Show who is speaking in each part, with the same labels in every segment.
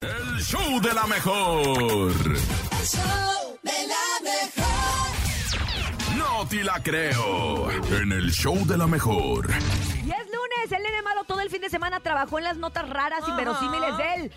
Speaker 1: El show de la mejor.
Speaker 2: El show de la mejor.
Speaker 1: No te la creo. En el show de la mejor.
Speaker 3: Y es lunes, el nene malo todo el fin de semana trabajó en las notas raras y
Speaker 4: Ajá.
Speaker 3: verosímiles de él.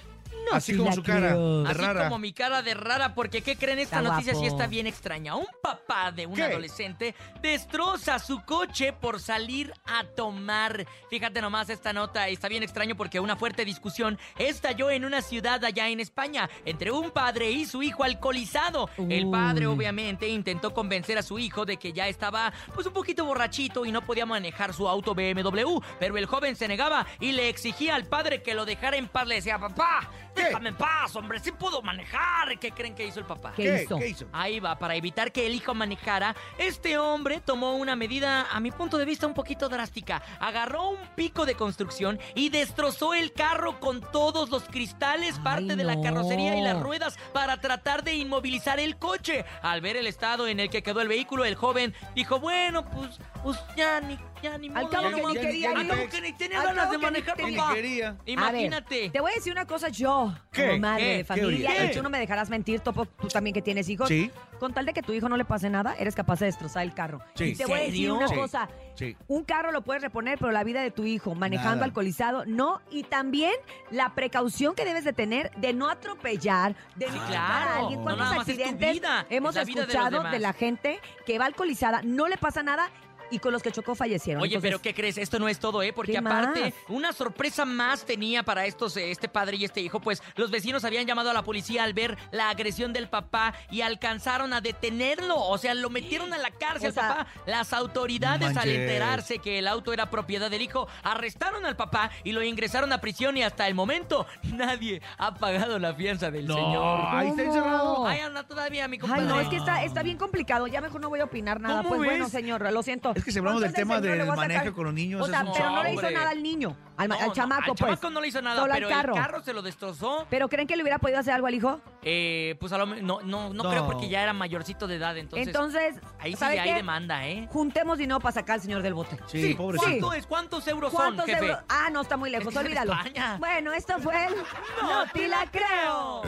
Speaker 3: No
Speaker 5: Así
Speaker 3: te
Speaker 5: como
Speaker 3: la
Speaker 5: su cara,
Speaker 3: creo.
Speaker 5: de
Speaker 4: Así
Speaker 5: rara.
Speaker 4: como mi cara de rara, porque ¿qué creen? Esta
Speaker 3: Está
Speaker 4: noticia sí
Speaker 3: guapo.
Speaker 4: está bien extraña. Un papá de un
Speaker 5: ¿Qué?
Speaker 4: adolescente destroza su coche por salir a tomar. Fíjate nomás, esta nota está bien extraño porque una fuerte discusión estalló en una ciudad allá en España entre un padre y su hijo alcoholizado. El padre,
Speaker 3: Uy.
Speaker 4: obviamente, intentó convencer a su hijo de que ya estaba, pues, un poquito borrachito y no podía manejar su auto BMW, pero el joven se negaba y le exigía al padre que lo dejara en paz. Le decía, papá,
Speaker 5: ¿Qué?
Speaker 4: déjame en paz, hombre, sí puedo manejar. ¿Qué creen que hizo el papá?
Speaker 3: ¿Qué? hizo?
Speaker 5: ¿Qué hizo?
Speaker 4: Ahí va, para evitar que el hijo manejara, este hombre tomó una medida, a mi punto de vista, un poquito drástica. Agarró un pico de construcción y destrozó el carro con todos los cristales,
Speaker 3: Ay,
Speaker 4: parte de la
Speaker 3: no.
Speaker 4: carrocería y las ruedas, para tratar de inmovilizar el coche. Al ver el estado en el que quedó el vehículo, el joven dijo, bueno, pues, pues ya ni, ya ni
Speaker 3: Al
Speaker 4: modo,
Speaker 3: cabo
Speaker 4: ya
Speaker 3: que
Speaker 4: no
Speaker 3: ni
Speaker 4: me-
Speaker 3: quería
Speaker 4: al
Speaker 3: ir.
Speaker 4: cabo que ni tenía
Speaker 3: Al
Speaker 4: ganas
Speaker 3: cabo
Speaker 4: de
Speaker 3: que ni
Speaker 4: manejar,
Speaker 3: tenía-
Speaker 4: papá.
Speaker 5: quería.
Speaker 3: A ver, te
Speaker 4: Imagínate.
Speaker 3: voy a decir una cosa yo,
Speaker 5: ¿Qué?
Speaker 3: como madre
Speaker 4: ¿Qué?
Speaker 3: de
Speaker 4: ¿Qué
Speaker 3: familia,
Speaker 5: oye?
Speaker 3: y tú no me dejarás mentir, Topo, tú también que tienes hijos.
Speaker 5: Sí,
Speaker 3: Con tal de que tu hijo no le pase nada, eres capaz de destrozar el carro.
Speaker 5: Sí.
Speaker 3: Y te
Speaker 4: ¿En
Speaker 3: voy a decir
Speaker 4: serio?
Speaker 3: una
Speaker 5: Sí.
Speaker 3: cosa,
Speaker 5: sí.
Speaker 3: un carro lo puedes reponer, pero la vida de tu hijo manejando
Speaker 5: Nada.
Speaker 3: alcoholizado, no. Y también la precaución que debes de tener de no atropellar, de
Speaker 4: Sí,
Speaker 3: no
Speaker 4: claro.
Speaker 3: chocar a alguien.
Speaker 4: No,
Speaker 3: ¿Cuántos
Speaker 4: nada más es tu
Speaker 3: accidentes
Speaker 4: vida,
Speaker 3: hemos
Speaker 4: es la vida de los
Speaker 3: escuchado de,
Speaker 4: demás.
Speaker 3: la gente que va alcoholizada, no le pasa nada y con los que chocó fallecieron?
Speaker 4: Oye,
Speaker 3: Entonces,
Speaker 4: pero ¿qué crees? Esto no es todo, ¿eh? Porque
Speaker 3: ¿Qué
Speaker 4: aparte,
Speaker 3: más?
Speaker 4: una sorpresa más tenía para estos, eh, este padre y este hijo, pues los vecinos habían llamado a la policía al ver la agresión del papá y alcanzaron a detenerlo. O sea, lo metieron a la cárcel,
Speaker 3: O sea,
Speaker 4: papá. Las autoridades, al
Speaker 5: manches.
Speaker 4: enterarse que el auto era propiedad del hijo, arrestaron al papá y lo ingresaron a prisión y hasta el momento nadie ha pagado la fianza del señor.
Speaker 5: ahí está
Speaker 3: ¿Cómo?
Speaker 5: encerrado.
Speaker 4: Ahí anda todavía, mi
Speaker 3: Ay,
Speaker 4: compadre.
Speaker 3: no, es que está, está bien complicado. Ya mejor no voy a opinar nada.
Speaker 5: ¿Cómo
Speaker 3: Pues bueno,
Speaker 5: ves?
Speaker 3: señor, lo siento.
Speaker 5: Es que si hablamos del
Speaker 3: Entonces,
Speaker 5: tema
Speaker 3: señor, le
Speaker 5: del
Speaker 3: voy a sacar-
Speaker 5: manejo con los niños,
Speaker 3: O sea,
Speaker 5: es un
Speaker 3: pero no le
Speaker 4: chavo,
Speaker 3: hizo
Speaker 4: hombre.
Speaker 3: nada al niño, al, ma-
Speaker 4: No,
Speaker 3: al
Speaker 4: no,
Speaker 3: chamaco,
Speaker 4: al
Speaker 3: pues.
Speaker 4: chamaco no le hizo nada,
Speaker 3: Solo al
Speaker 4: pero
Speaker 3: carro.
Speaker 4: el carro se lo destrozó.
Speaker 3: Pero creen que le hubiera podido hacer algo al hijo.
Speaker 4: Eh, pues a lo me- no, no, no,
Speaker 5: No.
Speaker 4: creo porque ya era mayorcito de edad, entonces.
Speaker 3: Entonces,
Speaker 4: ahí sí
Speaker 3: ¿sabe
Speaker 4: hay
Speaker 3: qué?
Speaker 4: demanda, ¿eh?
Speaker 3: Juntemos dinero para sacar al señor del bote.
Speaker 5: Sí,
Speaker 3: sí.
Speaker 5: pobrecito.
Speaker 4: ¿Cuánto es? ¿Cuántos euros
Speaker 3: ¿Cuántos
Speaker 4: son, jefe?
Speaker 3: euros? Ah, no, está muy lejos,
Speaker 4: Es que es
Speaker 3: olvídalo.
Speaker 4: España.
Speaker 3: Bueno, esto fue el No te la creo.